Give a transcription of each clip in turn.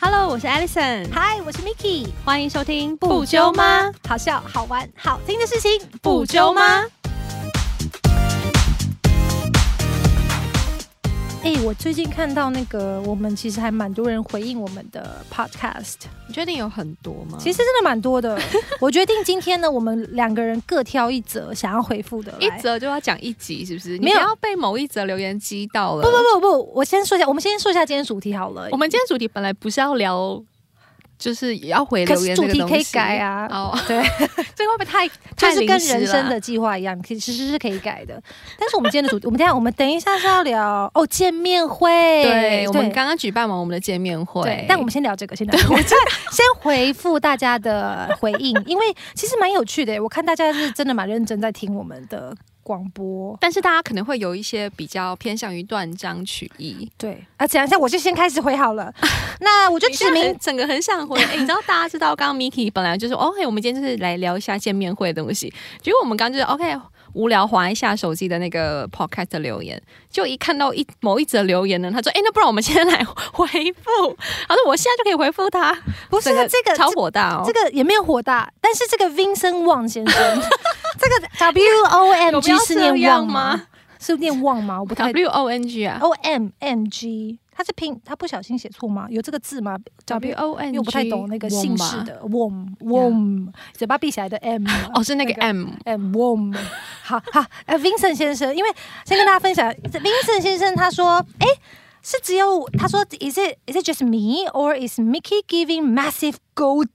Hello，我是 Alison，嗨，我是 Miki，欢迎收听？？好笑、好玩、好听的事情，不揪吗？？哎、我最近看到那个，我们其实还蛮多人回应我们的 podcast，你确定有很多吗？其实真的蛮 多的。我决定今天呢，我们两个人各挑一则想要回复的来。一则就要讲一集，是不是？你没有不要被某一则留言激到了。不不不不，我先说一下，我们先说一下今天主题好了。我们今天主题本来不是要聊，就是要回可留是言主这个题东西。可以改！啊。哦，对， 这个会不会太就太是临跟时人生了的计划一样，其其实是可以改的。但是我们今天的主题，我们等一下，我们等一下是要聊哦见面会。 对，我们刚刚举办完我们的见面会对，，但我们先聊这个，先聊这个。我先 先回复大家的回应，因为其实蛮有趣的耶。我看大家是真的蛮认真在听我们的广播。但是大家可能会有一些比较偏向于断章取义。对，啊，讲一下，我就先开始回 好了。那我就你现指在明很整个很想回，哎，你知道大家知道，刚刚 Miki 本来就是 OK，我们今天就是来聊一下见面会的东西，结果我们刚刚就是 OK 无聊划一下手机的那个 Podcast 的留言，就一看到一某一则留言呢，他说，哎，那不然我们现在来回复，他说我现在就可以回复他，不是整啊个这个超火大哦，这个也没有火大，但是这个 Vincent Wang 先生，这个 W O M 有必 G 要是这念样旺吗？是念旺吗？我不太 W O N G 啊 O M M G，他是拼他不小心写错吗？有这个字吗？W， O N，哦因为我不太懂那个姓氏。的 Wom Wom，嘴巴闭起 来的 M 哦，是那个那个 M， M Wom。好好，呃，Vincent 先生，因为先跟大家分享，Vincent 先生他说，哎。是只有他说，Is it is it just me or is Mickey giving massive gold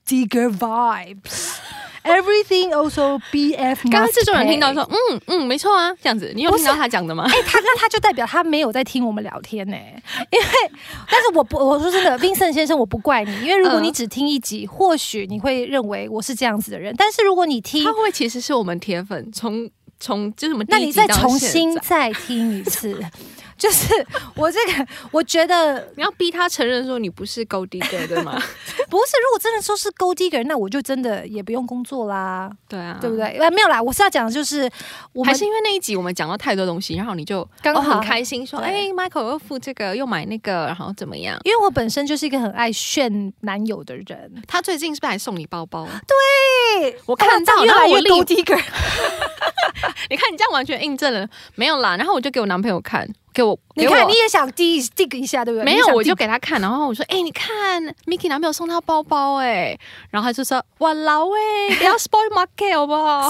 digger vibes? Everything also BF。刚刚制作人听到说，嗯嗯，没错啊，这样子，你有听到他讲的吗？ 哎、他那他就代表他没有在听我们聊天呢、因为，但是我不，我说真的，Vincent 先生，我不怪你，因为如果嗯你只听一集，或许你会认为我是这样子的人，但是如果你听他，会不会其实是我们铁粉？从从就是我们第那一你集再到重现新在再听一次， 就是我这个，我觉得你要逼他承认说你不是 Gold Digger 对吗？不是，如果真的说是 g o d i g g e 那我就真的也不用工作啦，对啊，对不？对？呃，没有啦，我是要讲的就是我还们是因为那一集我们讲到太多东西，然后你就刚哦好很开心说，哎、对 m i c h a e l 又付这个，又买那个，然后怎么样？因为我本身就是一个很爱炫男友的人，他最近是不是还送你包 包？对我看到越然后来我越立 g o d i g g e 你看你这样完全印证了没有啦？然后我就给我男朋友看，给我，你给看，我你也想 dig dig 一下，对不对？没你也有，想我就 dig- 给他看，然后我说：“哎、你看，Mickey 男朋友送她包包、哎，然后他就说：‘哇老哎，不要 spoil market 好不好？’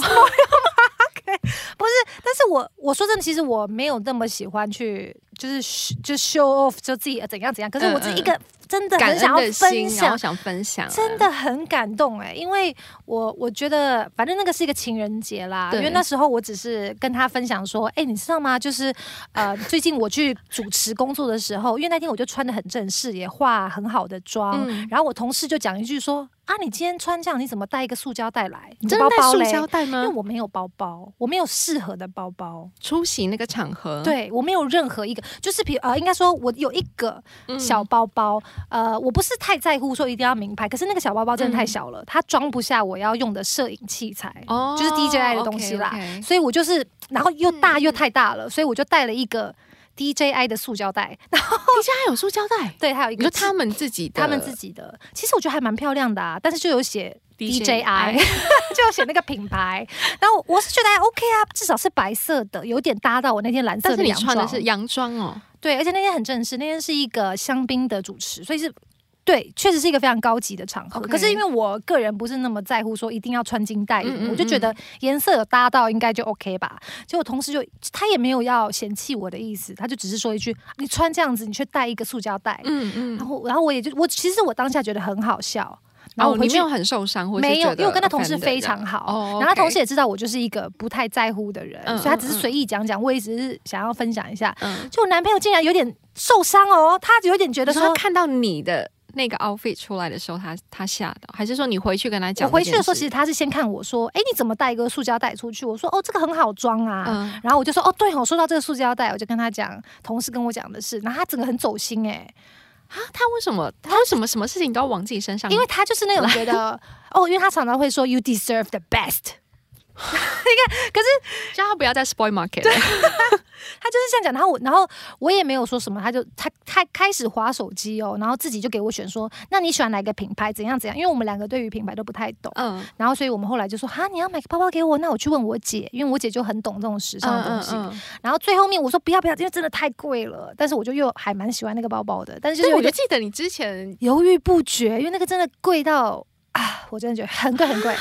但是我我说真的，其实我没有那么喜欢去，就是就 show off，就自己呃怎样怎样。可是我是一个真的感很恩想要的分心，然后享，想分享，真的很感动哎、因为我我觉得反正那个是一个情人节啦，对因为那时候我只是跟他分享说，哎、你知道吗？就是呃，最近我去主持工作的时候，因为那天我就穿的很正式，也化很好的妆，嗯然后我同事就讲一句说。啊！你今天穿这样，你怎么带一个塑胶袋来？你真包的带包塑嘞胶袋因吗为？我没有包包，我没有适合的包包，出席那个场合，对我没有任何一个，就是比呃，应该说我有一个嗯小包包，呃，我不是太在乎说一定要名牌，可是那个小包包真的太小了，它装不下我要用的摄影器材，嗯哦就是 DJI 的东西啦 OK，OK 所以我就是，然后又大嗯又太大了，所以我就带了一个 DJI 的塑胶袋，那 DJI 有塑胶袋，对，还有一你个说他们自己的，他们自己的，其实我觉得还蛮漂亮的啊，但是就有写 DJI，就 有写那个品牌。 然后我是觉得还 OK 啊，至少是白色的，有点搭到我那天 蓝但色是的你洋装。穿的是洋装哦，对，而且那天很正式，那天是一个香槟的主持，所以是。对，确实是一个非常高级的场合。 OK 可是因为我个人不是那么在乎说一定要穿金戴银，嗯嗯我就觉得颜色有搭到应该就 OK 吧。结果同事就他也没有要嫌弃我的意思，他就只是说一句：“你穿这样子，你却带一个塑胶袋。”嗯嗯，然后，然后我也就我其实我当下觉得很好笑，然后哦我，回你没去、有很受伤，或是没有，觉因得为我跟他同事 offended 非常好，哦，OK 然后他同事也知道我就是一个不太在乎的人，嗯所以他只嗯是嗯随意讲讲，我也只是想要分享一下。嗯，就我男朋友竟然有点受伤哦，他有点觉觉得得说说，看到你的那个 outfit 出来的时候，他他吓到，还是说你回去跟他讲我这件事？回去的时候，其实他是先看我说，哎，你怎么带一个塑胶袋出去？我说，哦，这个很好装啊。嗯，然后我就说哦，对哦，说到这个塑胶袋，我就跟他讲同事跟我讲的事，然后他整个很走心哎、啊，他为什么他为什么什么事情都要往自己身上？因为他就是那种觉得哦，因为他常常会说 “You deserve the best”，可是叫他不要再 spoil market。他就是这样讲，然后我，然后我也没有说什么，他就他他开始划手机哦，然后自己就给我选说，那你喜欢哪个品牌，怎样怎样？因为我们两个对于品牌都不太懂，嗯，然后所以我们后来就说，哈，你要买个包包给我，那我去问我姐，因为我姐就很懂这种时尚的东西。嗯嗯嗯然后最后面我说不要不要，因为真的太贵了，但是我就又还蛮喜欢那个包包的，但是就对，是我我就就记得你之前犹豫不决，因为那个真的贵到啊，我真的觉得很贵很 贵。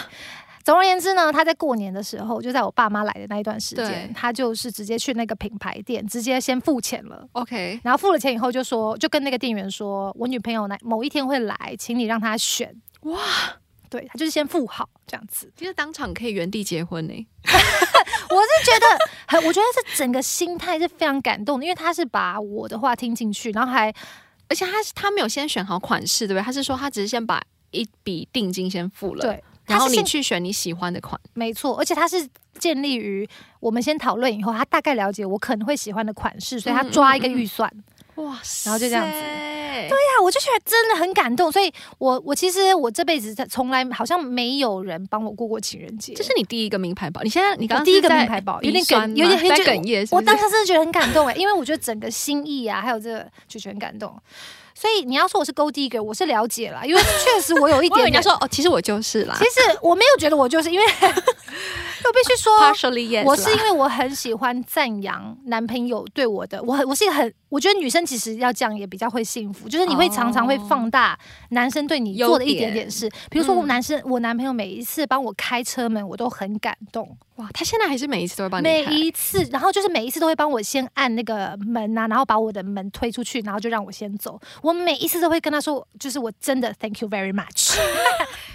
总而言之呢，他在过年的时候，就在我爸妈来的那一段时间对，他就是直接去那个品牌店，直接先付钱了。 OK，然后付了钱以后，就说就跟那个店员说，我女朋友来某一天会来，请你让她选。哇，对他就是先付好这样子，就是当场可以原地结婚呢、 我是觉得很，我觉得是整个心态是非常感动的，因为他是把我的话听进去，然后还而且他是他没有先选好款式，对不对？他是说他只是先把一笔定金先付了，，对，然后他是你先去选你喜欢的款。没错，而且他是建立于我们先讨论以后，他大概了解我可能会喜欢的款式，所以嗯他抓一个预算。哇塞然后就这样子对对啊，我就觉得真的很感动，所以我我其实我这辈子从来好像没有人帮我过过情人节，这是你第一个名牌包，你现在你刚我刚第一个是在名牌包，鼻有点酸哽，有吗点在就哽咽是不我是当时真的觉得很感动哎、因为我觉得整个心意啊，还有这个就觉得很感动。所以你要说我是 g o 第一个，我是了解啦，因为确实我有 我一以点为你要点。说哦，其实我就是啦其实我没有觉得我就是因为， 我必须说， ，partially yes，我是因啦为我很喜欢赞扬男朋友对我的，我很我是一个很，我觉得女生其实要这样也比较会幸福，就是你会常常会放大男生对你做的一哦点点事，比如说我嗯男生、我男朋友每一次帮我开车门，我都很感动，哇，他现在还是每一次都会帮你每开一次，然后就是每一次都会帮我先按那个门啊，然后把我的门推出去，然后就让我先走，我每一次都会跟他说，就是我真的 thank you very much，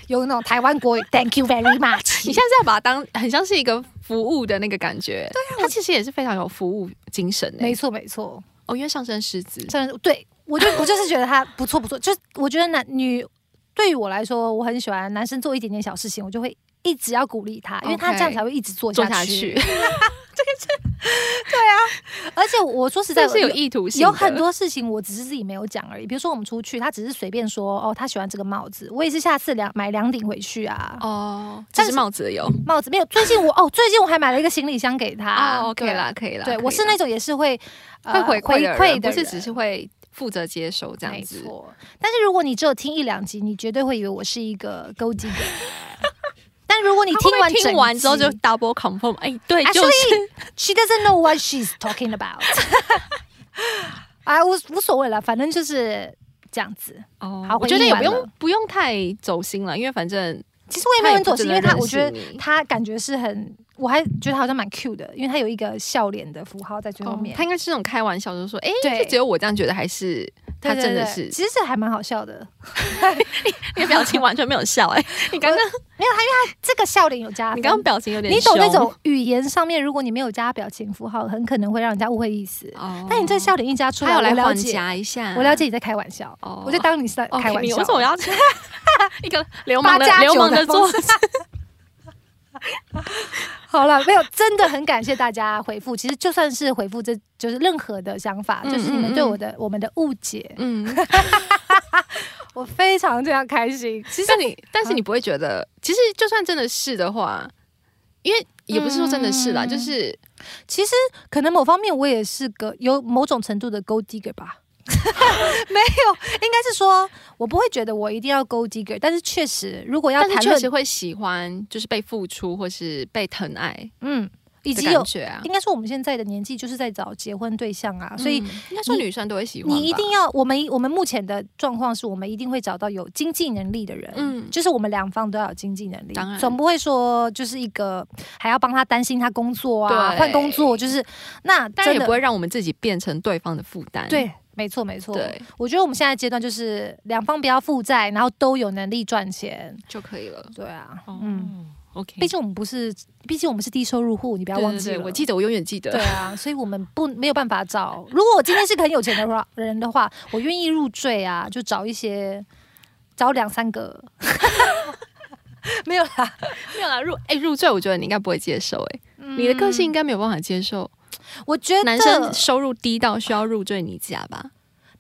有那种台湾国语 thank you very much，你现在在把它当很像是一个服务的那个感觉，对啊，他其实也是非常有服务精神诶、没错没错。哦，因为上升狮子，真的对我就我就是觉得他不错不错，就是我觉得男女对于我来说，我很喜欢男生做一点点小事情，我就会一直要鼓励他，因为他 OK 这样才会一直做做下去。下去，而且我说实 在，这是有意图性的，有很多事情我只是自己没有讲而已。比如说我们出去，他只是随便说哦，他喜欢这个帽子，我也是下次两买两顶回去啊。哦，这但是是帽子的有帽子没有，最近我哦，最近我还买了一个行李箱给他。哦，可以对啦，可以啦，对，可以我是啦那种也是会、呃会回馈的人回馈的不是人只是会负责接收这样子没。错，但是如果你只有听一两集，你绝对会以为我是一个勾稽的人。但如果你你听完整集听完之后就 double confirm，哎、对， Actually，就是 she doesn't know what she's talking about 哎，无无所谓了，反正就是这样子。哦好我觉得也不回应完了用不用太走心了，因为反正其实我也没有很走心，因他也为不真他的我觉得认识你他感觉是很，我还觉得他好像蛮 cute 的，因为他有一个笑脸的符号在最后哦面。他应该是那种开玩笑，就说哎，对就只有我这样觉得，还是对他真的对对是其实还蛮好笑的。你的表情完全没有笑哎、 你刚刚这个笑脸有加分，你刚刚表情有点你懂那凶 种语言上面，如果你没有加表情符号，很可能会让人家误会意思。哦但你这笑脸一加出他来，有我来了换解，夹一下，我了解你在开玩笑，哦我就当你是在 OK，开玩你笑。为什么我要 一个流氓的八加九流氓的做的 好了，没有，真的很感谢大家回复。其实就算是回复，这就是任何的想法，嗯就是你们对我的我们的误解，嗯，我非常非常开心。其实但 你但是你不会觉得，其实就算真的是的话，因为也不是说真的是啦，嗯就是其实可能某方面我也是个有某种程度的 gold digger 吧。 没有，应该是说，我不会觉得我一定要 gold digger，但是确实，如果要但是谈确论实会喜欢，就是被付出或是被疼爱嗯，以的及有感，觉啊。应该说我们现在的年纪就是在找结婚对象啊，所以嗯应该说你女生都会喜欢吧，你一定要，我们我们目前的状况是我们一定会找到有经济能力的人，嗯就是我们两方都要有经济能力当，然总不会说就是一个还要帮他担心他工作啊，对换工作就是那当然真也的不会让我们自己变成对方的负担。对，没错没错，对我觉得我们现在阶段就是两方不要负债，然后都有能力赚钱，就可以了。对啊，嗯，嗯，OK，毕竟我们不是，毕竟我们是低收入户，你不要对忘对记对，了，我记得，我永远记对得。啊，所以我们不没有办法找。如果我今天是个很有钱的话人的话，我愿意入赘啊，就找一些找两三个，没有啦。 没有啦，入哎入赘，我觉得你应该不会接受，哎，你的个性应该没有办法接受嗯我觉得男生收入低到需要入赘你家吧？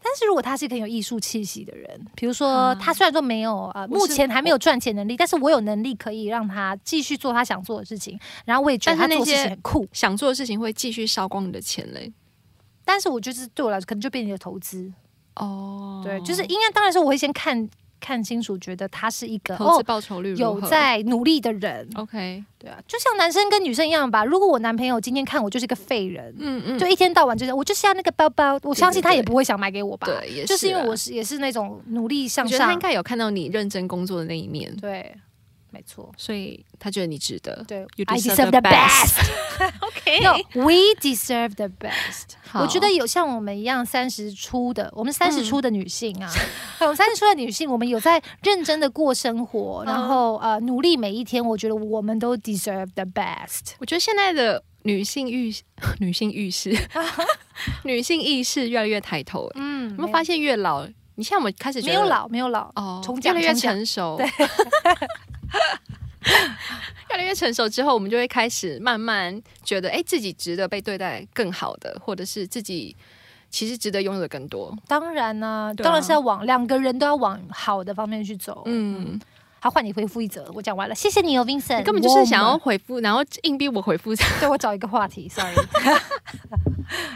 但是如果他是一个很有艺术气息的人，比如说他虽然说没有呃，目啊是前还没有赚钱能力，但是我有能力可以让他继续做他想做的事情，然后我也觉得他但是那做事些情很酷。想做的事情会继续烧光你的钱嘞。但是我就是对我来说，可能就变成一个投资。哦对，就是应该当然是我会先看看清楚，觉得他是一个投哦资报酬率如有何哦在努力的人。 OK，对啊，就像男生跟女生一样吧。如果我男朋友今天看我就是一个废人，嗯嗯，就一天到晚就是我就是要那个包包，我相信他也不会想买给我吧。对，也就是因为啦我是也是那种努力我向觉得他应上，该有看到你认真工作的那一面，对，没错，所以他觉得你值得。对 You ，I deserve deserve the the best。 OK， No, we deserve the best。我觉得有像我们一样三十出的，我们三十嗯出的女性啊，我们三十出的女性，我们有在认真的过生活，嗯然后呃努力每一天，我觉得我们都 deserve the best。我觉得现在的女性意 女性意 识、女性意识越来越抬头、欸。嗯，有没有发现越老，你像我们开始觉没得有老，没有老，哦，重越讲来越重讲成熟，对， 越来越成熟之后，我们就会开始慢慢觉得，哎、自己值得被对待更好的，或者是自己其实值得拥有的更多。当然呢、对啊当然是要往两个人都要往好的方面去走。嗯，好，换你回复一则，我讲完了，谢谢你哦，Vincent。你根本就是想要我回复，然后硬逼我回复他。对我找一个话题，sorry。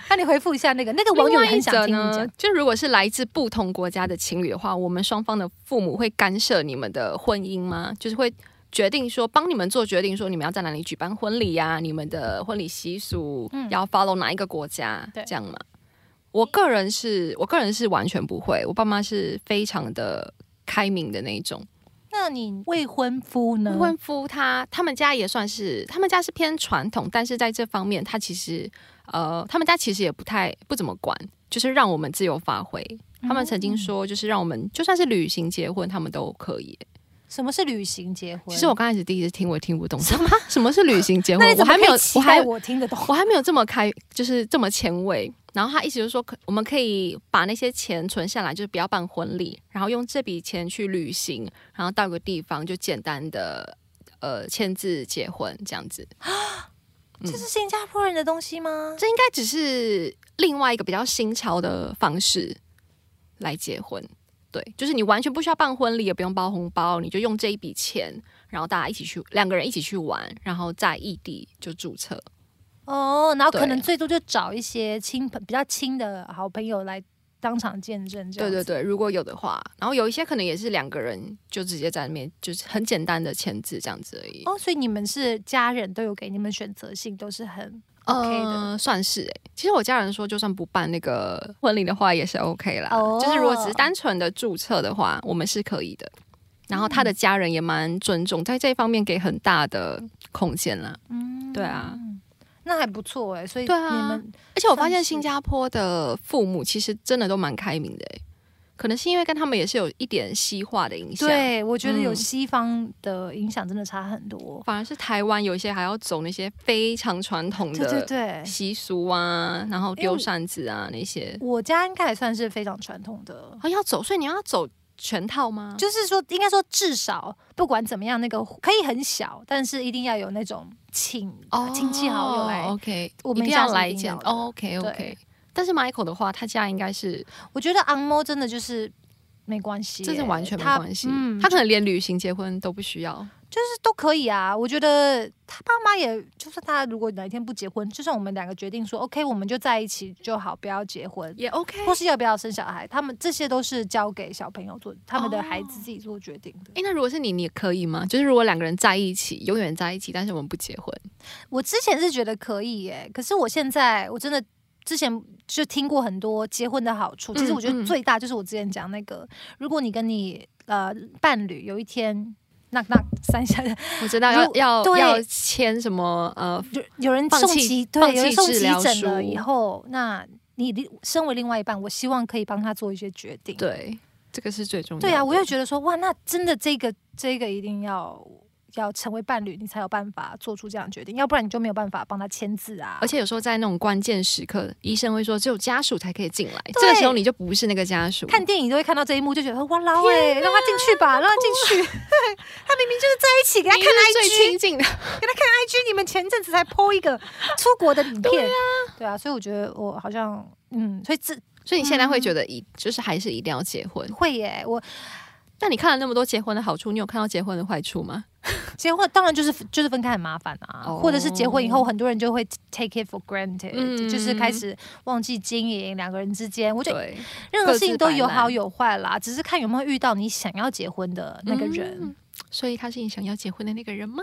那你回复一下那个那个网另友也外一很想则听你讲呢，，就如果是来自不同国家的情侣的话，我们双方的父母会干涉你们的婚姻吗？就是会决定说，帮你们做决定，说你们要在哪里举办婚礼呀、你们的婚礼习俗、嗯要 follow 哪一个国家，对这样吗？我个人是我个人是完全不会，我爸妈是非常的开明的那一种。那你未婚夫呢？未婚夫他他们家也算是，他们家是偏传统，但是在这方面他其实呃，他们家其实也不太不怎么管，就是让我们自由发挥。他们曾哦经说，就是让我们就算是旅行结婚，他们都可以。什么是旅行结婚？其实我刚开始第一次听，我也听不懂什么什么是旅行结 那婚你，我怎么还没可有以，期我还待我听得懂？ 我还没有这么开，就是这么前卫。然后他一直就说，可我们可以把那些钱存下来，就是不要办婚礼，然后用这笔钱去旅行，然后到个地方就简单的呃签字结婚这样子。嗯 这是新加坡人的东西吗？这应该只是另外一个比较新潮的方式来结婚。对，就是你完全不需要办婚礼，也不用包红包，你就用这一笔钱，然后大家一起去，两个人一起去玩，然后在异地就注册。哦，然后可对能最多就找一些亲朋比较亲的好朋友来当场见证，这对样对子。对，如果有的话，然后有一些可能也是两个人就直接在那边，就是很简单的签字这样子而已。哦，所以你们是家人都有给你们选择性，都是很哦 OK 的。呃，算是哎、其实我家人说，就算不办那个婚礼的话，也是 OK 啦。哦就是如果只是单纯的注册的话，我们是可以的。然后嗯他的家人也蛮尊重，在这一方面给很大的空间啦。嗯对啊，那还不错哎、所以你对啊们、而且我发算现是新加坡的父母其实真的都蛮开明的、欸，可能是因为跟他们也是有一点西化的影响。，对我觉得有嗯西方的影响真的差很多。反而是台湾有一些还要走那些非常传统对对的对，习俗啊，然后因为丢扇子啊那些，我家应该也算是非常传统的。哦要走，所以你要走全套吗？就是说，应该说至少不管怎么样，那个可以很小，但是一定要有那种请哦，啊亲戚好友来。 ，OK，我一们定家要是来一定见要的，OK 对 OK。但是 Michael 的话，他家应该是我觉得昂猫真的就是没关系耶，欸真的完全没他关系，嗯，他他可能连旅行结婚都不需要，就是都可以啊。我觉得他爸妈也，就算他如果哪一天不结婚，就算我们两个决定说 OK，我们就在一起就好，不要结婚，也 OK。或是要不要生小孩，他们这些都是交给小朋友做，他们的哦孩子自己做决定的。哎，那如果是你，你也可以吗？就是如果两个人在一起，永远在一起，但是我们不结婚，我之前是觉得可以耶，可是我现在我真的之前就听过很多结婚的好处。其实嗯我觉得嗯最大就是我之前讲那个，如果你跟你呃伴侣有一天。那那三下，我知道如要要对要签什么呃，有有人放送弃急，放对，有人弃送治急疗诊了书以后，那你另身为另外一半，我希望可以帮他做一些决定。对，这个是最重要的。对啊，我也觉得说，哇，那真的这个这个一定要要成为伴侣，你才有办法做出这样的决定，要不然你就没有办法帮他签字啊。而且有时候在那种关键时刻，医生会说只有家属才可以进来，这个时候你就不是那个家属。看电影都会看到这一幕，就觉得哇老哎、让他进去吧，让他进去。 他明明就是在一起，给他啊你看是最 IG，亲近的，给他看 IG。你们前阵子啊才 PO 一个出国的影片，对啊，所以我觉得我好像嗯，所以这所以你现在会觉得一就是还是一定要结婚？会耶，我但你看了那么多结婚的好处，你有看到结婚的坏处吗？结婚当然就是就是分开很麻烦啊，哦或者是结婚以后很多人就会 take it for granted，、嗯就是开始忘记经营两个人之间。我觉得对，任何事情都各自摆有烂好有坏啦，只是看有没有遇到你想要结婚的那个人。嗯所以他是你想要结婚的那个人吗？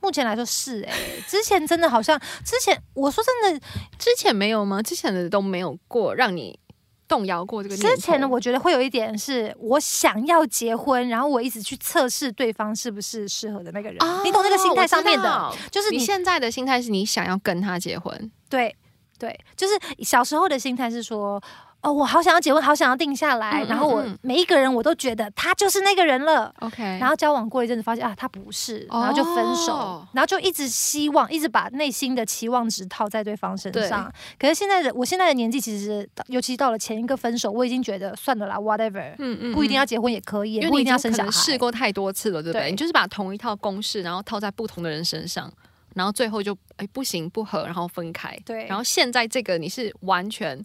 目前来说是哎、之前真的好像之前我说真的，之前没有吗？之前的都没有过让你动摇过这个念头。之前的我觉得会有一点是我想要结婚，然后我一直去测试对方是不是适合的那个人，哦你懂那个心态上面的，我知道就是你你现在的心态是你想要跟他结婚，对对，就是小时候的心态是说，哦，我好想要结婚，好想要定下来，嗯嗯然后我嗯每一个人我都觉得他就是那个人了。 OK，然后交往过一阵子，发现啊，他不是，哦然后就分手，然后就一直希望，一直把内心的期望值套在对方身上。可是现在的我现在的年纪，其实尤其到了前一个分手，我已经觉得算了啦，whatever，、嗯嗯不一定要嗯结婚也可以，因也为不你一已经定要生可小能孩。试过太多次了，对不对？对你就是把同一套公式，然后套在不同的人身上，然后最后就哎不行不合，然后分开。对然后现在这个你是完全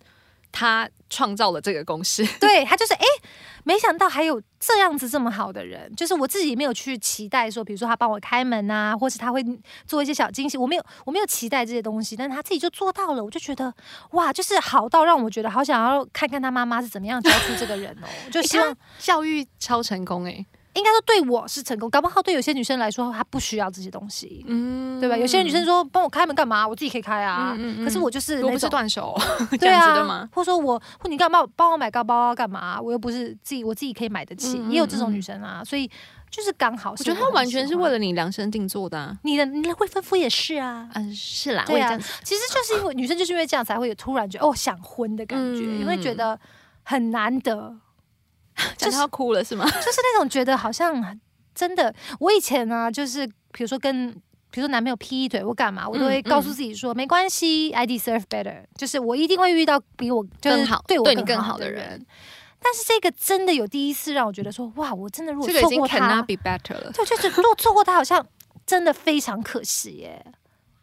他创造了这个公式， 对他就是哎、诶没想到还有这样子这么好的人，就是我自己没有去期待说，比如说他帮我开门啊，或是他会做一些小惊喜，我没有我没有期待这些东西，但是他自己就做到了，我就觉得哇，就是好到让我觉得好想要看看他妈妈是怎么样教出这个人哦，就希望诶他教育超成功哎、应该说对我是成功，搞不好对有些女生来说她不需要这些东西。嗯对吧？有些女生说帮我开门干嘛？我自己可以开啊。嗯嗯嗯可是我就是我那不是种断手 这对样啊，子的吗？或者说我，或你干嘛帮我买个包啊？干嘛？我又不是自己，我自己可以买得起，嗯也有这种嗯女生啊，所以就是刚好我是啊觉得他很完喜全是欢为了你量身定做的、啊。你的，你的未婚夫也是啊。嗯，是啦，对我也啊这样子其实就是因为女生就是因为这样才会有突然觉得哦想婚的感觉，啊嗯因为觉得很难得，讲到哭了是吗？就是那种觉得好像真的。我以前呢、就是比如说跟。比如说男朋友劈腿或干嘛，我都会嗯告诉嗯自己说、没关系，I deserve better，就是我一定会遇到比我就是更好，对我你更好好的的人。人，但是这个真的有第一次让我觉得说，哇，我真的如嗯果这个已错经过 cannot 他， be better 了。对，就是如果错过他，好像真的非常可惜耶。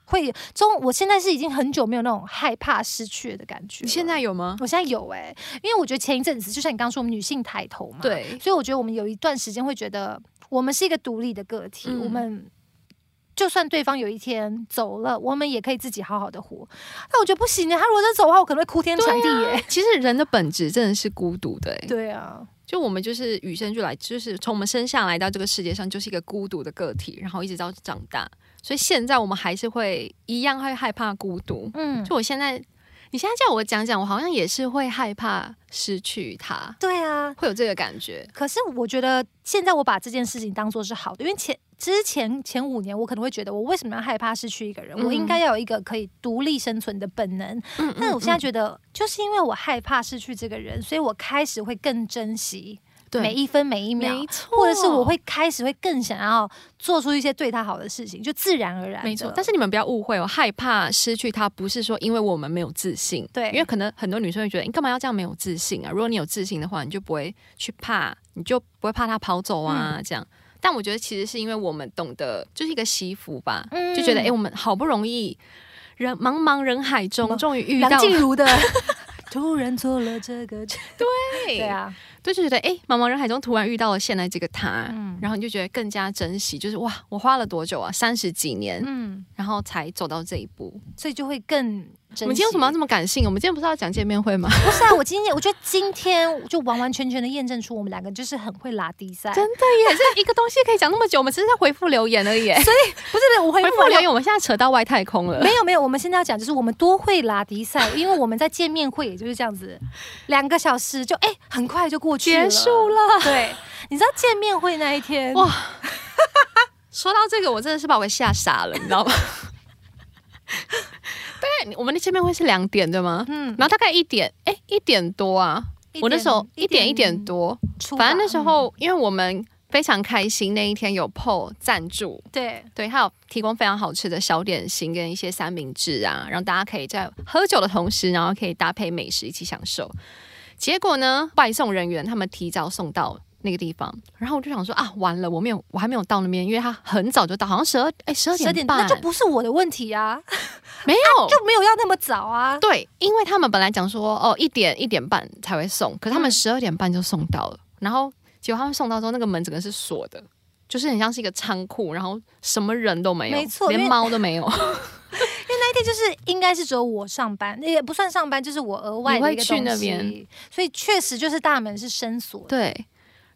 会有中，我现在是已经很久没有那种害怕失去的感觉。你现在，有吗？我现在有哎、因为我觉得前一阵子，就像你刚刚说，我们女性抬头嘛，，对，所以我觉得我们有一段时间会觉得，我们是一个独立的个体，嗯我们就算对方有一天走了，我们也可以自己好好的活。但我觉得不行啊，他如果真走的话，我可能会哭天抢地耶、其实人的本质真的是孤独的、欸，对啊，就我们就是与生俱来，就是从我们生下来到这个世界上就是一个孤独的个体，然后一直到长大，所以现在我们还是会一样会害怕孤独。嗯，就我现在，你现在叫我讲讲，我好像也是会害怕失去他，对啊，会有这个感觉。可是我觉得现在我把这件事情当做是好的，因为前之前前五年我可能会觉得我为什么要害怕失去一个人，嗯我应该要有一个可以独立生存的本能。嗯但我现在觉得，就是因为我害怕失去这个人，所以我开始会更珍惜嗯对每一分每一秒没，错，或者是我会开始会更想要做出一些对他好的事情，就自然而然的。没错，但是你们不要误会哦，害怕失去他不是说因为我们没有自信，对因为可能很多女生会觉得你干嘛要这样没有自信啊？如果你有自信的话，你就不会去怕，你就不会怕他跑走啊、嗯这样。但我觉得其实是因为我们懂得就是一个惜福吧，嗯就觉得哎、诶我们好不容易人茫茫人海中茫终于遇梁到，静 茹的突然做了这个，对对啊，对，就觉得哎、诶茫茫人海中突然遇到了现在这个他，嗯然后你就觉得更加珍惜，就是哇，我花了多久啊，三十几年，嗯，然后才走到这一步。所以就会更珍惜。我们今天为什么要这么感性？我们今天不是要讲见面会吗？不是啊，我今天我觉得今天就完完全全的验证出我们两个就是很会拉低 赛。真的耶，哎这一个东西可以讲那么久，我们只是在回复留言而 已耶。不是我回回复复完留了。言，我们现在扯到外太空了。没有没有，我们现在要讲就是我们多会拉低赛，因为我们在见面会也就是这样子，两个小时就哎、很快就过去结束了。对，你知道见面会那一天哇说到这个，我真的是把我给吓傻了，你知道吗？ 大概我们的见面会是两点对吗？嗯，然后大概一点，哎，一点多啊。我那时候一点一点多，嗯出吧，反正那时候因为我们非常开心，那一天有 PO 赞助，嗯对对，还有提供非常好吃的小点心跟一些三明治啊，让大家可以在喝酒的同时，然后可以搭配美食一起享受。结果呢，外送人员他们提早送到那个地方，然后我就想说啊，完了，我没有，我还没有到那边，因为他很早就到，好像十二哎十二十点点半，那就不是我的问题啊，没有、就没有要那么早啊。对，因为他们本来讲说哦一点一点半才会送，可是他们嗯十二点半就送到了，然后结果他们送到之后，那个门整个是锁的，就是很像是一个仓库，然后什么人都没有，没错因连为猫都没有。那天就是应该是只有我上班，也不算上班，就是我额外的一个你会去东那西边。所以确实就是大门是深锁的。对，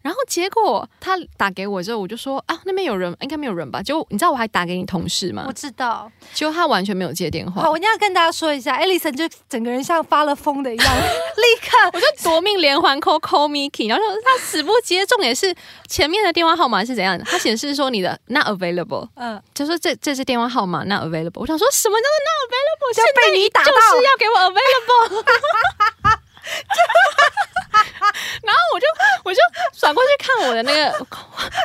然后结果他打给我之后，我就说啊那边有人，应该没有人吧？结果你知道我还打给你同事吗我？知道，结果他完全没有接电话好，，我一定要跟大家说一下，Alison 就整个人像发了疯的一样， 立刻我就夺命连环 call call Miki，然后他死不接。重点是前面的电话号码是怎样？他显示说你的 not available，嗯、就说这这是电话号码 not available。我想说什么叫做 not available？就现在被你打到就是要给我 available。然后我就我就转过去看我的那个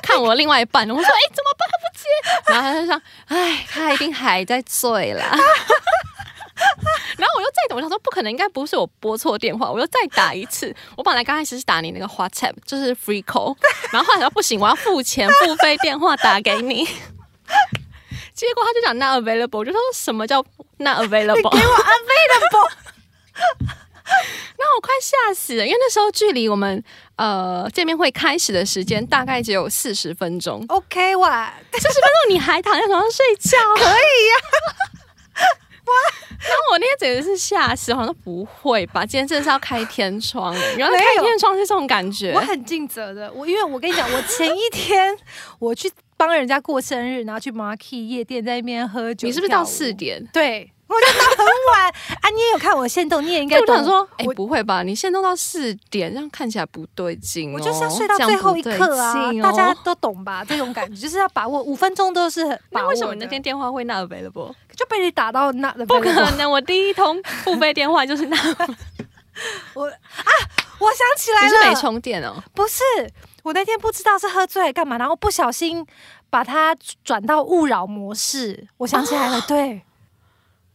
看我另外一半，我说哎、怎么办他不接？然后他就想哎他一定还在醉啦。然后我又再等，我想说不可能，应该不是我拨错电话，我又再打一次。我本来刚开始是打你那个 WhatsApp，就是 free call，然后后来想说不行，我要付钱付费电话打给你。 结果他就讲 not available，我就说什么叫 not available？给我 available，那我快吓死了，因为那时候距离我们呃见面会开始的时间大概只有四十分钟， OK 哇，四十分钟你还躺在床上睡 觉，可以呀、 那我那天简直是吓死，好像不会吧？今天真的是要开天窗 了，原来没有开天窗是这种感觉我。很尽责的。我因为我跟你讲，我前一天我去帮人家过生日，然后去 Marquee 夜店在那边喝酒，你是不是到跳舞四？点？对，我就到很晚啊！你也有看我线动，你也应该对，我懂想说，哎、我不会吧？你现在都到四点，这样看起来不对劲哦。我就是要睡到最后一刻啊！这样不对劲哦大家都懂吧？这种感觉就是要把握，五分钟都是很 把那握的。为什么你那天电话会 not available？就被你打到那？不可！能，我第一通付费电话就是 not 我啊， 我想起来你了，是没充电哦？不是，我那天不知道是喝醉了干嘛，然后不小心把它转到勿扰模式。我想起来啊了，对，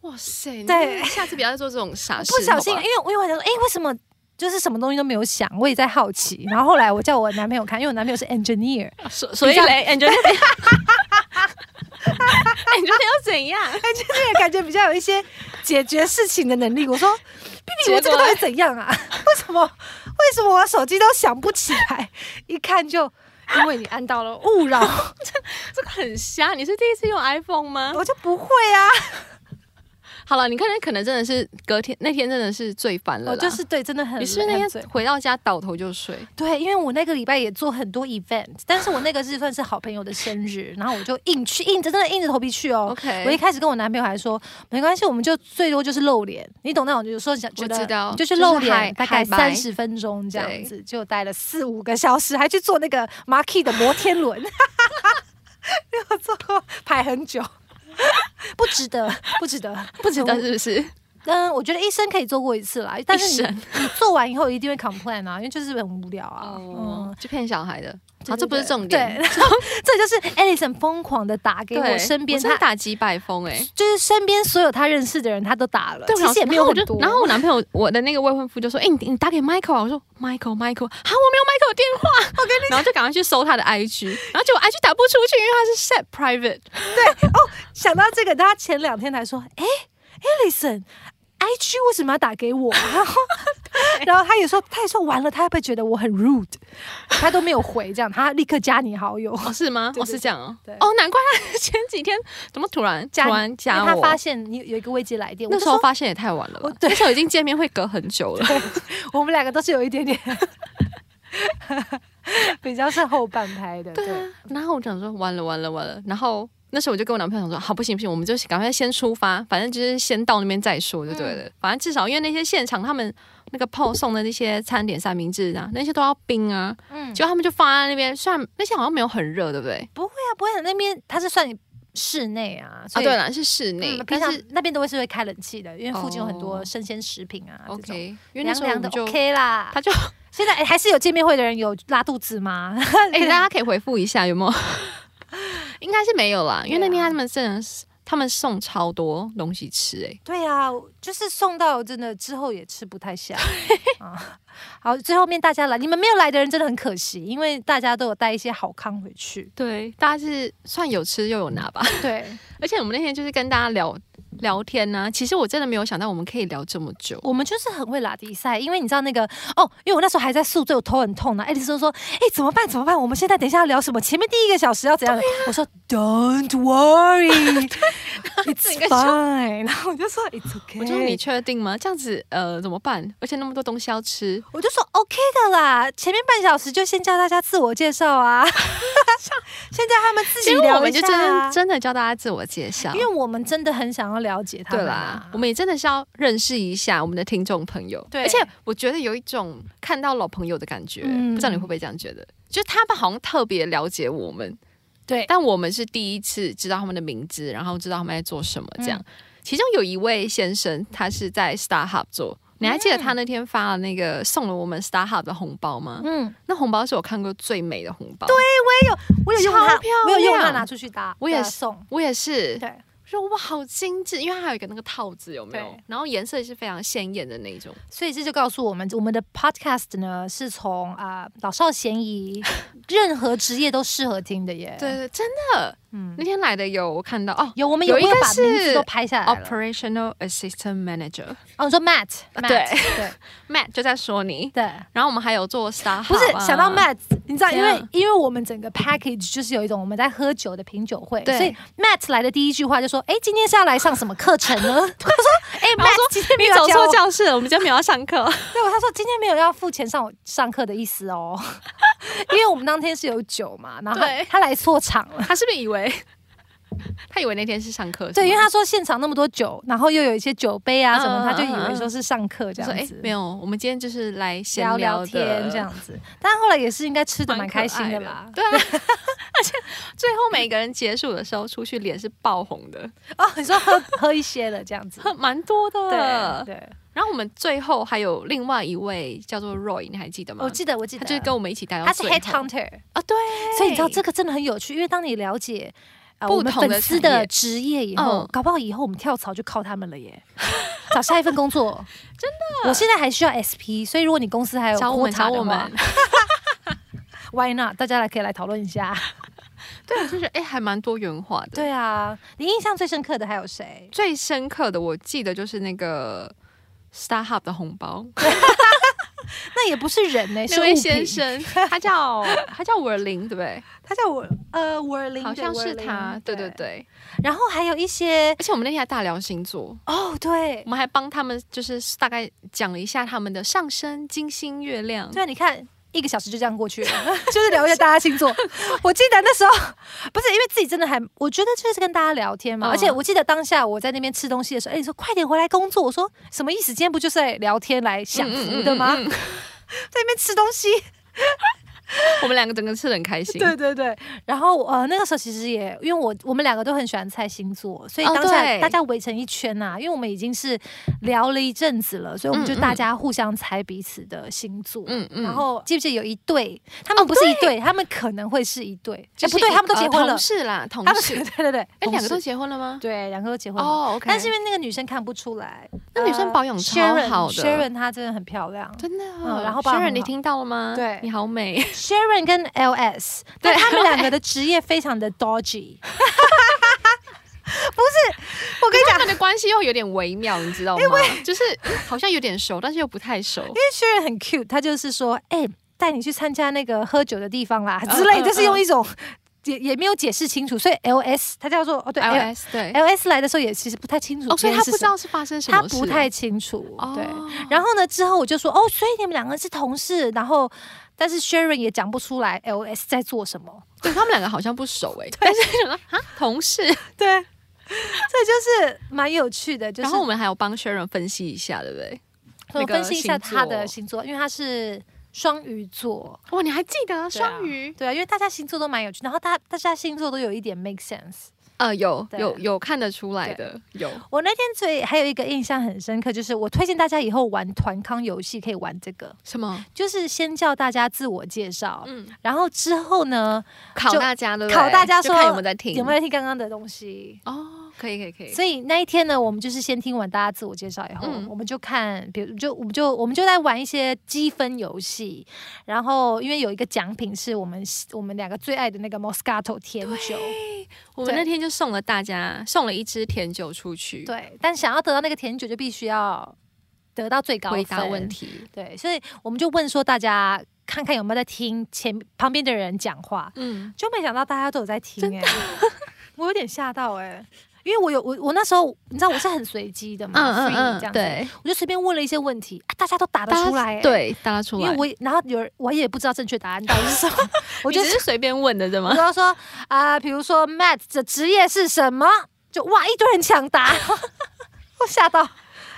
哇塞！你对真的下次不要再做这种傻事。不小心，好因吧为我因为我想说，哎、为什么？就是什么东西都没有想，我也在好奇。然后后来我叫我男朋友看，因为我男朋友是 engineer，engineer 所所以嘞，Angel，你哎觉得要怎样？感觉比较有一些解决事情的能力。我 说，弟弟，我这结个果到嘞底怎样啊？为什么为什么我手机都想不起来？一看就因为你按到了勿扰，这个很瞎。你是第一次用 iPhone 吗？我就不会啊。好了，你看，可能真的是隔天那天真的哦是醉翻了我啦。就是 对，真的很你是不是很那醉天回到家倒头就睡？对，因为我那个礼拜也做很多 event，但是我那个是算是好朋友的生日，然后我就硬去，硬着真的硬着头皮去哦。 OK 我一开始跟我男朋友还说没关系，我们就最多就是露脸，你懂那种，有时候想觉我得知道你就去就是露脸，嗨大概嗨三拜十分钟这样对子，就待了四五个小时，还去坐那个 Marquee 的摩天轮， 没有坐过，排很久， 不值得，不值得，不知道是不是？嗯，我觉得医生可以做过一次啦，但是一你生你做完以后一定会 complain 啊，因为就是很无聊啊。哦嗯，，就骗小孩的。对好，这不是重对，点。然后 这就是 Alison 疯狂的打给我身边我真的他。打几百封哎。就是就是身边所有他认识的人，他都打了，其然后实也没有我很就多。然后我男朋友，我的那个未婚夫就说：“哎、你你打给 Michael 啊？”我说：“Michael，Michael，好，我没有 Michael 的电 话。”我跟你，然后就赶快去搜他的 IG，然后结果 IG 打不出去，因为他是 set private。想到这个，他前两天才说：“哎、a l i s o n i g 为什么要打给我？” 然后，然后他也说，他也说完了，他会不会觉得我很 rude？他都没有回，这样他立刻加你好友，哦，是吗？对哦，对是这样哦对。哦，难怪他前几天怎么突然加突你然因加为他我。发现你有一个未接来电，我那就时说候发现也太晚了吧我？对那时候已经见面会隔很久了。我们两个都是有一点点 比较是后半拍的，对啊。然后我想说，完了完了完了。然后那时候我就跟我男朋友讲说，好，不行不行，我们就赶快先出发，反正就是先到那边再说就对了。嗯反正至少因为那些现场他们那个 PO 送的那些餐点三明治啊，那些都要冰啊，嗯，结果他们就放在那边，虽然那些好像没有很热，对不对？不会啊，不会、啊，那边它是算室内啊，啊，所以、对了，是室内嗯，平但常是那边都会是会开冷气的，因为附近有很多哦生鲜食品啊、这种。 OK，因为那凉时候我凉的们就 OK 啦，他就 现在、哎还是有见面会的人有拉肚子 吗？哎、大家可以回复一下有没 有？应该是没有啦，因为那对边啊他们真的是他们送超多东西吃、欸， 对啊，就是送到真的之后也吃不太下啊。好，最后面大家来，你们没有来的人真的很可惜，因为大家都有带一些好康回去。对，大家是算有吃又有拿吧。对，而且我们那天就是跟大家聊聊天呢、其实我真的没有想到我们可以聊这么久。我们就是很会拉比赛，因为你知道那个哦，因为我那时候还在宿醉，我头很痛呢、啊。爱丽丝就说：“哎、怎么办？怎么办？我们现在等一下要聊什么？前面第一个小时要怎样？”我说：“Don't worry, 应 it's 该说 fine。”然后我就说：“It's okay。”我就说你确定吗？这样子呃怎么办？而且那么多东西要吃，我就说 OK 的啦，前面半小时就先叫大家自我介 绍啊，现在他们自己结果我聊们一就下真啊、的真的教大家自我介绍因。为我们真的很想要了解他对们、啦啊，，我们也真的是要认识一下我们的听众朋友。对而且我觉得有一种看到老朋友的感觉，嗯不知道你会不会这样觉得？就是他们好像特别了解我们，对但我们是第一次知道他们的名字，然后知道他们在做什么这样。嗯其中有一位先生，他是在 StarHub 做。你还记得他那天发了那个送了我们 StarHub 的红包吗？嗯，那红包是我看过最美的红包。对，我有用它超漂，我有用它亮拿出去搭，我也搭是送，我也是。对我说哇，好精致，因为它还有一个那个套子，有没有对？然后颜色是非常鲜艳的那种。所以这就告诉我们，我们的 podcast 呢是从啊、老少咸宜，任何职业都适合听的耶。对，对，真的，嗯那，天来的有我看到哦有我们有有一个我有把是名字都拍下来了。 ，Operational Assistant Manager 哦，你说 Matt，啊 Matt，对对 Matt 就在说你，对。嗯然后我们还有做啊 Star， 不是想到 Matt，你知道，因为怎样因为我们整个 package 就是有一种我们在喝酒的品酒会，对所以 Matt 来的第一句话就说：“哎，今天是要来上什么课程呢？” 我说：“哎然后说，Matt，今天没你有走要教错我教室了，我们今天没有要上课。对，他说今天没有要付钱上我上课的意思哦， 因为我们当天是有酒嘛，然后他对 他来错场了。他是不是以为 他以为那天是上课？对，因为他他说现场那么多酒，然后又有一些酒杯啊什么，嗯他就嗯以为嗯说是上课这就说样哎子，，没有，我们今天就是来闲聊聊聊的天这，样子。但后来也是应该吃的蛮开心的啦 蛮。可爱的对啊，而 且最后每个人结束的时候出去脸是爆红的， 哦，你说喝 喝一些了这样子，呵蛮多对的。对，然后我们最后还有另外一位叫做 Roy，你还记得吗？我记得我记他得，就是跟我们一起待到他是最后 head hunter，啊，对，所以你知道这个真的很有趣，因为当你了解。呃、不我们同的粉丝产业的职业以后，嗯搞不好以后我们跳槽就靠他们了耶！ 找下一份 工作，真的。我现在还需要 SP，所以如果你公司还有找我们 quota 找的我话们， ，Why not？大家来可以来讨论一下。 对，就是哎，还蛮多元化的。对啊，你印象最深刻的还有谁？最深刻的我记得就是那个 StarHub 的红包，那也不是人呢、是 那物位先，品生，他叫 他叫文林，对不对？他叫我呃我尔林，好像是他，对对对。对。然后还有一些而且我们那天还大聊星座，哦，对我们还帮他们就是大概讲了一下他们的上升、金星、月亮。嗯对啊，你看。一个小时就这样过去了， 就是聊一下大家星座。我记得那时候不是因为自己真的还，我觉得就是跟大家聊天嗯嘛。而且我记得当下我在那边吃东西的时候，哎、你说快点回来工作，我说什么意思？今天不就是在聊天来享福的吗？嗯嗯嗯嗯在那边吃东西，嗯我们两个整个吃的很开心。对对对，然后呃，那个时候其实也，因为我我们两个都很喜欢猜星座，所以哦当下对大家围成一圈啊呐、因为我们已经是聊了一阵子了，所以我们就嗯嗯大家互相猜彼此的星座。嗯嗯哦然后记不记得有一对，他们不是一对，他们可能会是一对，哎就是不对，一他们都结呃婚了同，事啦，同他们事对。 对对，哎，两个都同事结婚了吗？对，两个都结婚了。哦，OK。呃但是因为那个女生看不出来，呃那女生保养超好的 Sharon 她真的很漂亮，真的哦、嗯然后 s 爸 h 爸 r 很 n 你好听到了吗？对你好美， Sharon 跟 LS，但他们两个的职业非常的 dodgy。不是，我跟你他讲，因们的关系又有点微妙，你知道吗？因为就是嗯好像有点熟，但是又不太熟。为 Sharon 很 cute，他就是说，哎、带你去参加那个喝酒的地方啦之类，嗯就是用嗯一种也也没有解释清楚，所以 LS 他叫做哦对 L LS 对 LS 来的时候也其实不太清楚哦，所以他这不知件事是什么，道是发生什他么事，不太清楚，哦对。然后呢，之后我就说，哦，所以你们两个是同事，然后但是 Sharon 也讲不出来 LS 在做什么，对他们两个好像不熟哎、但是想说啊同事，对，这就是蛮有趣的。就是然后我们还有帮 Sharon 分析一下，对不对？我那个分析一下星座他的星座，因为他是双鱼座，哇，哦你还记得对啊双鱼？对啊，因为大家星座都蛮有趣，然后大大家星座都有一点 make sense。呃，有对有有看得出来的，有我那天最还有一个印象很深刻，就是我推荐大家以后玩团康游戏可以玩这个，什么？就是先叫大家自我介绍，嗯，然后之后呢考大家的，对不对考大家就说看有没有在听，有没有在听刚刚的东西。哦？可以可以可以。所以那一天呢，我们就是先听完大家自我介绍以后，嗯我们就看，比如就我们就我们就在玩一些积分游戏，然后因为有一个奖品是我们我们两个最爱的那个 Moscato 甜酒，我们对那天就送了大家送了一支甜酒出去，对，但想要得到那个甜酒就必须要得到最高回答分问，题。对，所以我们就问说大家看看有没有在听前旁边的人讲话，嗯，就没想到大家都有在听、欸，我有点吓到哎、因为我有我我那时候你知道我是很随机的嘛，嗯 free 嗯这嗯，样子，对，我就随便问了一些问题，啊、大家都答得大家出来、欸，，对，大家出因来，为我也然后有人我也不知道正确答案到底 是什么，我我就就是是随便问的，对我吗？要说啊、比如说 Matt 的职业是什么，就哇一堆人抢答， 我吓到。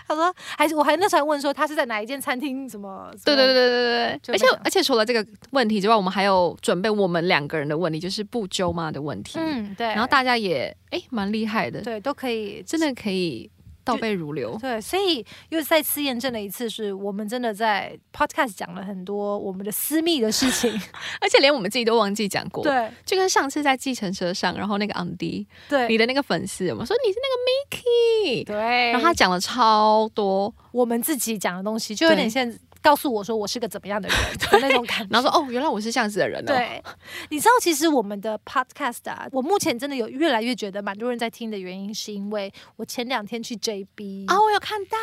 他说，还是我还那时候还问说他是在哪一间餐厅什么？对对对 对，对对就嗯对，而且那种而且除了这个问题之外，我们还有准备我们两个人的问题，就是不揪妈的问题。嗯对，然后大家也哎蛮厉害的，对都可以真的可以倒背如流。对，所以又再次验证了一次，是我们真的在 podcast 讲了很多我们的私密的事情。而且 连我们自己都忘记讲过。，对就跟上次在计程车上，然后那个昂迪，你对的那个粉丝，我们说你是那个 Mickey，对，然后他讲了超多，我们自己讲的东西，就有点对像告诉我说我是个怎么 样的人的那种感觉。然后说哦，原来我是这样子的人哦。对，你知道，其实我们的 podcast 啊，我目前真的有越来越觉得蛮多人在听的原因，是因为我前两天去 JB，、啊，我有看到。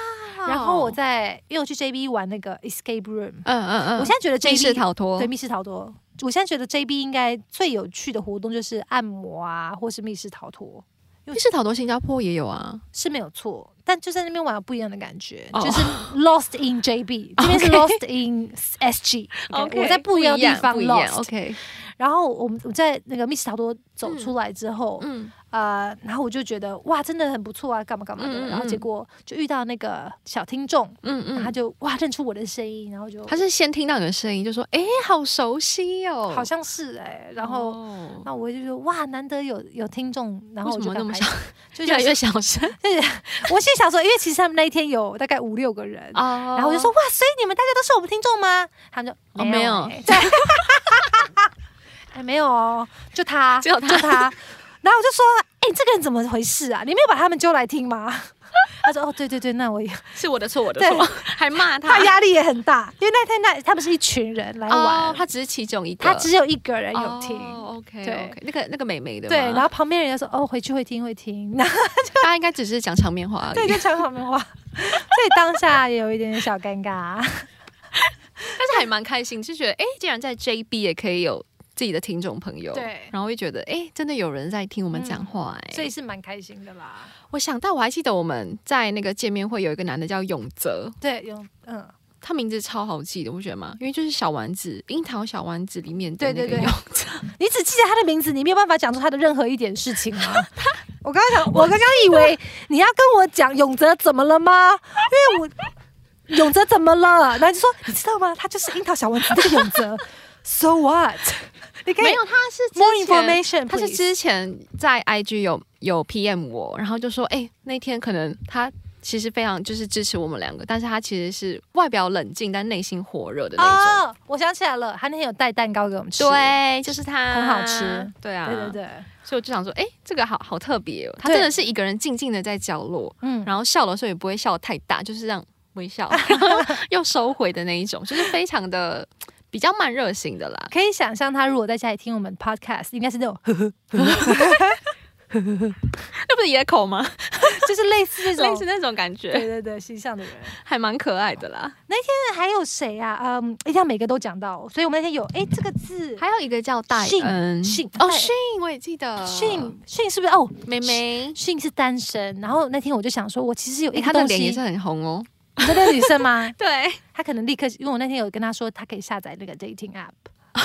然后我，在因为我去 JB 玩那个 Escape Room，、嗯嗯嗯，我现在觉得密室 JB 逃脱，对密室逃脱。我现在觉得 JB 应该最有趣的活动就是按摩啊，或是密室逃脱密室逃脱新加坡也有啊。是没有错，但就在那边玩有不一样的感觉，哦就是 Lost in JB，这边是 OK Lost in SG，我在不一样的地方不一样 Lost， OK，然后我们我在那个密室逃脱走出来之后，嗯，呃，然后我就觉得哇，真的很不错啊，干嘛干嘛的，嗯嗯嗯然后结果就遇到那个小听众，嗯然后他嗯，就哇认出我的声音，然后就他是先听到你的声音就说：“哎，好熟悉哦。”好像是哎、然后。哦那我就说哇，难得有有听众，然后我为就什么那赶么快小，就 越想来越小说声我心想说，因为其实他们那一天有大概五六个人，哦然后我 就说哇，所以你们大家都是我们听众吗？他们就哦没有欸 对，哎没有哦，就他，只有他就他。然后我就说，哎、这个人怎么回事啊？你没有把他们揪来听吗？ 他说，哦，对对对，那我也，是我的错，我的对错，还骂他压力也很大，因为那天那他们是一群人来玩，哦，他只是其中一个，他只有一个人有听。哦、OK，对 OK，那个那个美眉的吗，对，然后旁边人就说：“哦，回去会听，会听。”然后大家应该只是讲场面话而已。对，就讲旁边话，所以当下也有一点点小尴尬。但是还蛮开心，就觉得哎，诶竟然在 JB 也可以有自己的听众朋友，对嗯然后就觉得哎，诶真的有人在听我们讲话、哎、所以是蛮开心的啦。我想到我还记得我们在那个见面会有一个男的叫永泽，对，有嗯，他名字超好记的，不觉得吗？因为就是小丸子《樱桃小丸子》里面的对那个对对 永泽，你只记得他的名字，你没有办法讲出他的任何一点事情吗？ 我刚刚想，我刚刚以为你要跟我讲永泽怎么了吗？因为我永泽怎么了，然后就说你知道吗？他就是樱桃小丸子这个永 泽，so what？你可以没有，他是之 more 前 information，他是 please 之前在 IG 有有 PM 我，然后就说，哎、那天可能他其实非常就是支持我们两个，但是他其实是外表冷静但内心火热的那种。哦，我想起来了，他那天有带蛋糕给我们吃，对，就是他，很好吃。对啊，对对。对，所以我就想说，哎、这个好好特别哦。他对真的是一个人静静的在角落，嗯，然后笑的时候也不会笑得太大，就是这样微笑， 又收回的那一种，就是非常的比较慢热型的啦。可以想象他如果在家里听我们 podcast，应该是那 种那不是野口吗？就是类似这类种似，那种感对觉，对对，形象的人。还蛮可爱的啦。还有谁啊？嗯，一定要每个都讲到，所以我们那天有哎、这个字还有一个叫戴信恩，信哦，戴信我也记得，训训哎是不是？哦，妹妹，训是单身。然后那天我就想说，我其实有诶一哎她个的东脸西，也是很红哦。？你知道那个女生吗对，她可能立刻，因为我那天有跟她说，她可以下载那个 dating app。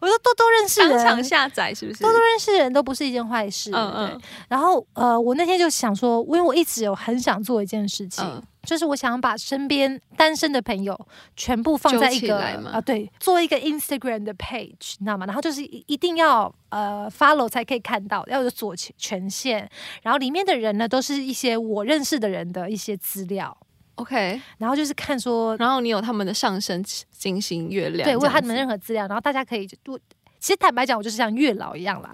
我说多多认识当场人，下载是不是多？多认识人都不是一件坏事。嗯对嗯然后呃，我那天就想说，因为我一直有很想做一件事情，嗯就是我想把身边单身的朋友全部放在一揪起个来吗啊、对，做一个 Instagram 的 page，你知道吗？然后就是一一定要呃 follow 才可以看到，要有左权权限。然后里面的人呢，都是一些我认识的人的一些资料， ，OK。然后就是看说，然后你有他们的上身金星月亮，对，我有他 他们任何资料，然后大家可以就。我其实坦白讲，我就是像月老一样啦，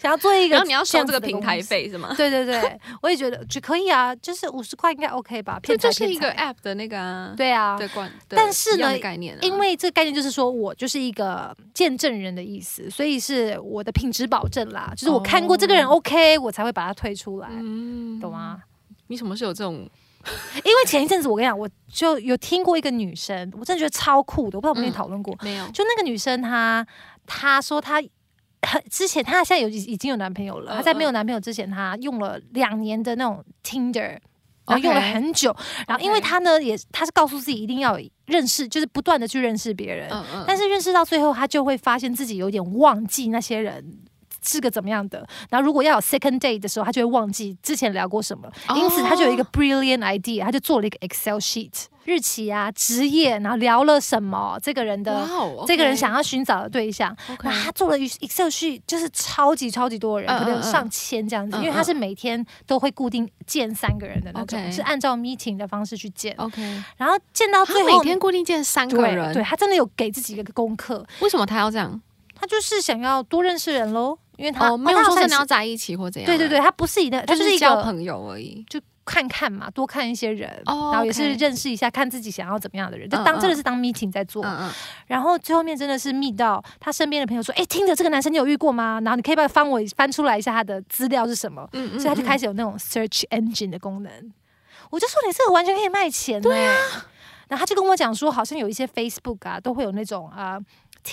想要做一个，然后你要收收这个平台。费是 吗？对对对，我也觉得只可以啊，就是五十块应该 OK 吧？这骗财就是一个骗财 app 的那个啊，对啊，对关，对但是呢一样的概念啊，因为这个概念就是说我就是一个见证人的意思，所以是我的品质保证啦，就是我看过这个人 OK，、我才会把他推出来，哦嗯懂？吗？你什么时候有这种因为前一阵子我跟你讲，我就有听过一个女生，我真的觉得超酷的，我不知道我们跟嗯你讨论过，没有？就那个女生她她说她。很之前，她现在有已已经有男朋友了。嗯她在没有男朋友之前，她用了两年的那种 Tinder，然后 OK 用了很久。然后因为 OK 她呢，也她是告诉自己一定要认识，就是不断的去认识别人。嗯嗯，但是认识到最后，他就会发现自己有点忘记那些人。是个怎么样的？然后如果要有 second day 的时候，他就会忘记之前聊过什么，哦因此他就有一个 brilliant idea，他就做了一个 Excel sheet，日期啊、职业，然后聊了什么，这个人的、哇哦，这个人想要寻找的对象， OK，那他做了 Excel sheet，就是超级超级多人，嗯可能有嗯嗯上千这样子，嗯因为他是每天都会固定见三个人的那种， OK 是按照 meeting 的方式去见， OK，然后见到他最后每天固定见三个对对，人，他真的有给自己一个功课，为什么他要这样？他就是想要多认识人喽，因为他哦，没有说真的要要在一起或怎样？对对对，，他不是一个，他就就是是一交个朋友而已。就看看嘛，多看一些人。哦然后也是 OK 认识一下，看自己想要怎么样的人，嗯就当嗯真的是当 meeting 在做。嗯然后最后面真的是密到他身边的朋友说：“哎，听着这个男生你有遇过吗？”然后你可以帮我翻我翻出来一下他的资料是什么，嗯嗯，所以他就开始始有那种 search engine 的功能。我就说你这个完全可以卖钱、对啊。然后他就跟我讲说，好像有一些 Facebook 啊，都会有那种啊、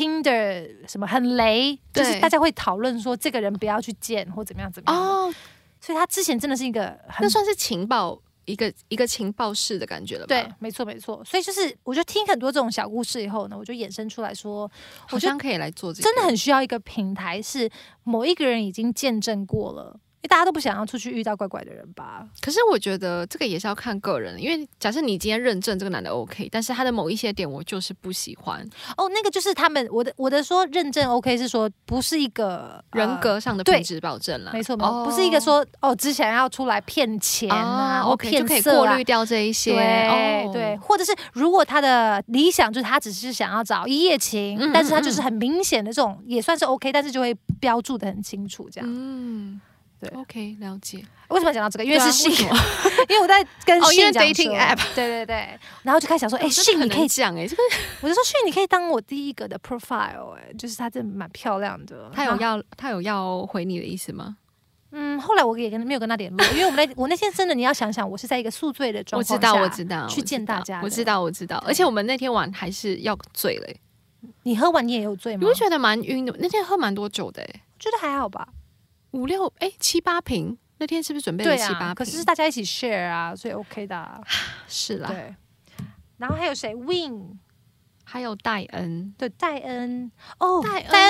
Tinder 什么很雷，就对是大家会讨论说这个人不要去见或怎么样怎么样。哦，所以他之前真的是一个很那算是情报一个一个情报室的感觉了吧？对，，没错没错。所以就是我就听很多这种小故事以后呢，我就衍生出来说，好我觉得像可以来做这个，真的很需要一个平台，是某一个人已经见证过了。因为大家都不想要出去遇到怪怪的人吧？可是我觉得这个也是要看个人，因为假设你今天认证这个男的 OK，但是他的某一些点我就是不喜欢，哦，那个就是他们，我的我的说认证 OK 是说不是一个呃人格上的对品质保证啦，没错，没哦错，不是一个说哦，只想要出来骗钱啊，啊或，OK 就骗可以色过啊滤。掉这一些，对哦对，，或者是如果他的理想就是他只是想要找一夜情，嗯但是他嗯就是很明显的这种也算是 OK，但是就会标注的很清楚这样。嗯，对，OK 了解，为什么要讲到这个？因为对啊是为性，什么因为我在跟 哦因为性讲说 dating app 对对对，然后就开始想说，哎，哦这性很你可以啊难，讲哎，这个我就说性你可以当我第一个的 profile，哎，就是她真的蛮漂亮的，他有然后要他有要回你的意思吗？嗯，后来我也跟没有跟 他联络，因为我们那我那天真的，你要想想，我是在一个宿醉的状我知况道下，我知道，去我见知道大家的我知道我知道，而且我们那天晚还是要醉嘞，你喝完你也有醉你吗？会觉得蛮晕的，那天喝蛮多酒的哎，觉得还好吧？五六哎七八瓶，那天是不是准备了对七八啊，瓶？可是是大家一起 share 啊，所以 OK 的啊、是啦，对。然后还有谁？Win 还有戴恩，对戴恩哦，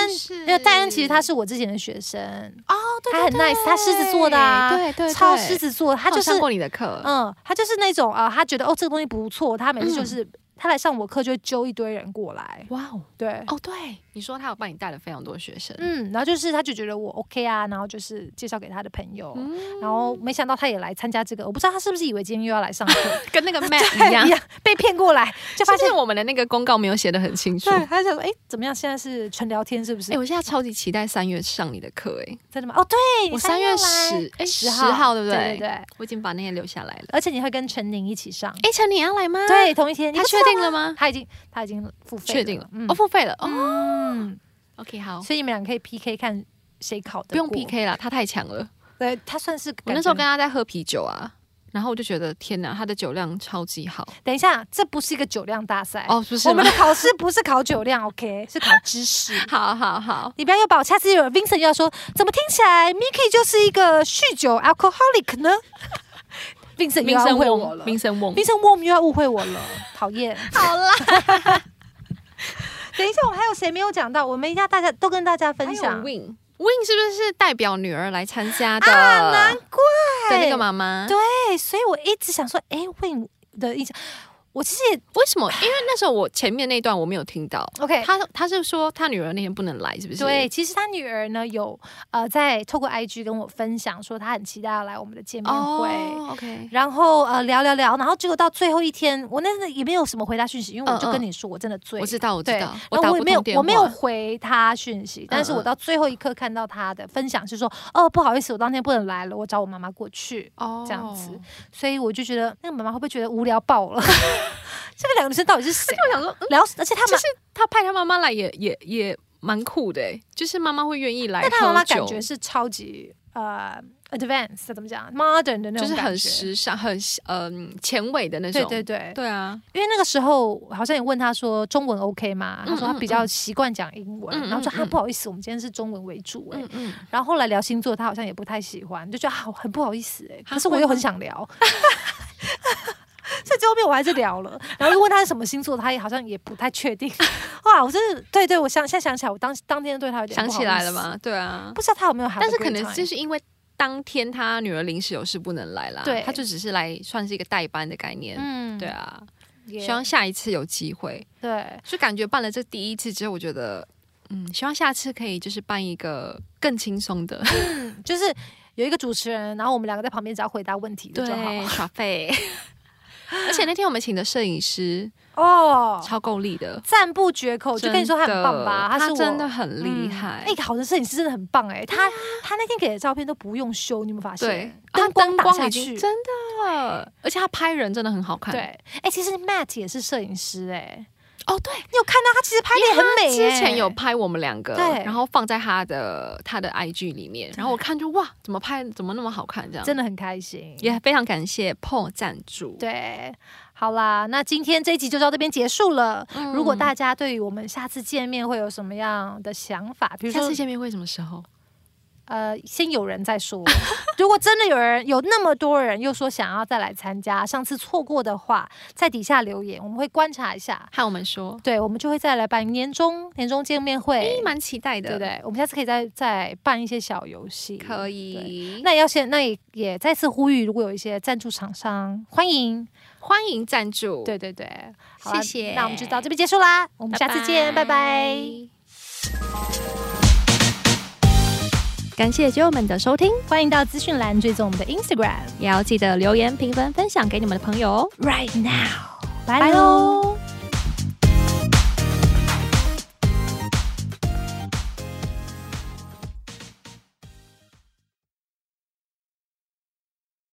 是那个戴恩其实他是我之前的学生，哦，他很 nice，他狮子座的啊，对对，超狮，子座，他他就就是上过你的课，嗯，他就是那种啊、呃他觉得哦这个东西不错，他每次就嗯是、他来上我课就会揪一堆人过来，哇哦，对。哦对，你说他有帮你带了非常多学生，嗯，然后就是他就觉得我 OK 啊，然后就是介绍给他的朋友，嗯，然后没想到他也来参加这个，我不知道他是不是以为今天又要来上课， 跟那个 Matt 一样一。样被骗过来，就发发 现现我们的那个公告没有写的很清楚。对，他就想说，哎，怎么样？现在是纯聊天是不是？哎、我现在超级期待三月上你的课，哎，真的吗？哦，对，我你三月月来十哎10 10号对不对对对对，我已经把那些留下来了。而且你会跟陈宁一起上，哎、陈，你要来吗？，对，同一天。你他不知确道定吗？了吗？嗯他已经他已经付费，确定了，嗯哦，，付费了，哦、嗯， o k 好，所以你们俩可以 PK 看谁考的，不用。PK 啦，他太强了。对他算是我感那时候觉跟他在喝啤酒啊，然后我就觉得天哪，他的酒量超级好。等一下，这不是一个酒量大赛哦，不是哎我吗们的？考试不是考酒量，OK，是考知识。 好好好，你不要又把我下次有 Vincent 又要说，怎么听起来 Mickey 就是一个酗酒 alcoholic 呢？Vincent 又民要生误会我了翁，民生翁， Vincent Warm 又要误会我了，讨厌。好啦，等一下，我还有谁没有讲到？我们一定要大家都跟大家分享。 Win。Win 是不是代表女儿来参加的？啊难怪的那个妈妈，对，所以我一直想说，哎，Win 的印象，我其实也为什么？因为那时候我前面那一段我没有听到。 OK，他他是说他女儿那天不能来，是不是？对，，其实他女儿呢有呃在透过 IG 跟我分享说，她很期待要来我们的见面会。哦，OK，然后呃聊聊聊，然后结果到最后一天，我那个也没有什么回他讯息，因为我就嗯嗯跟你说我真的醉了，我知道，我知对道，然打后我也不没有通电话，我没有回他讯息，但是我嗯到最后一刻看到他的分享是说，哦不好意思，我当天不能来了，我找我妈妈过去，哦这样子所以我就觉得那个妈妈会不会觉得无聊爆了？ 这个两个女生到底 是谁？我想说，嗯聊，而且他就们是他派他妈妈来也也也蛮酷的欸，就是妈妈会愿意来喝但酒，他妈妈感觉是超级呃 advanced 怎么讲 modern 的那就种感觉，是很时尚、很嗯、前卫的那对种。对对对，啊，因为那个时候好像也问他说中文 OK 吗？嗯他说他嗯比较习惯讲英文，嗯嗯然后说他啊嗯不好意思，我们今天是中文为主哎、嗯嗯，然后后来聊星座，他好像也不太喜欢，就觉得啊好、很不好意思哎、啊可是我又会吗很想聊。所以最后面我还是聊了，然后又问他是什么星座，他也好像也不太 确定。哇，我真是对对，我想现在想起来，我当当天对他有点想不好起来意了 思？吗？对啊，不知道他有没有 have a 但是 great 可能 time 就是因为当天他女儿临时有事不能来啦，对他就只是来算是一个代班的概念。嗯对，啊，也希望下一次有机会。对就感觉办了这第一次之后，我觉得，嗯，希望下次可以就是办一个更轻松的，嗯就是有一个主持人，然后我们两个在旁边只要回答问题的就好 了。耍费。而且那天我们请的摄影师哦，超够力的，赞不绝口，就跟你说他很棒吧，真的是他我真的很厉害嗯。那个好的摄影师真的很棒哎、他他那天给的照片都不用修，你有没有发对现？，啊灯光打下已经去，真的，而且他拍人真的很好看。对，，哎、其实 Matt 也是摄影师哎、哦对，你有看啊到他其实拍的也很美、之欸，前有拍我们两个，对然后放在他的他的 IG 里面，然后我看就哇，怎么拍怎么那么好看这样，真的很开心，也非常感谢 Paul 赞助。对，好啦，那今天这一集就到这边结束了。嗯如果大家对于我们下次见面会有什么样的想法，比如下说次见面会什么时候？呃，先有人再说。 如果真的有人有那么多人又说想要再来参加，上次错过的话，在底下留言，我们会观察一下。和我们说，对，我们就会再来办年终年终见面会诶，，蛮期待的，对不对？我们下次可以再再办一些小游戏，可。以，那那也要先，那也也再次呼吁，如果有一些赞助厂商，欢迎。欢迎赞助，对，对对，好啦谢谢。那我们就到这边结束啦，我我们下次见，拜拜。感谢酒友们的收听，欢迎到资讯栏追踪我们的 Instagram 也要记得留言、评分、分享给你们的朋友哦。 right now，拜拜喽。喽。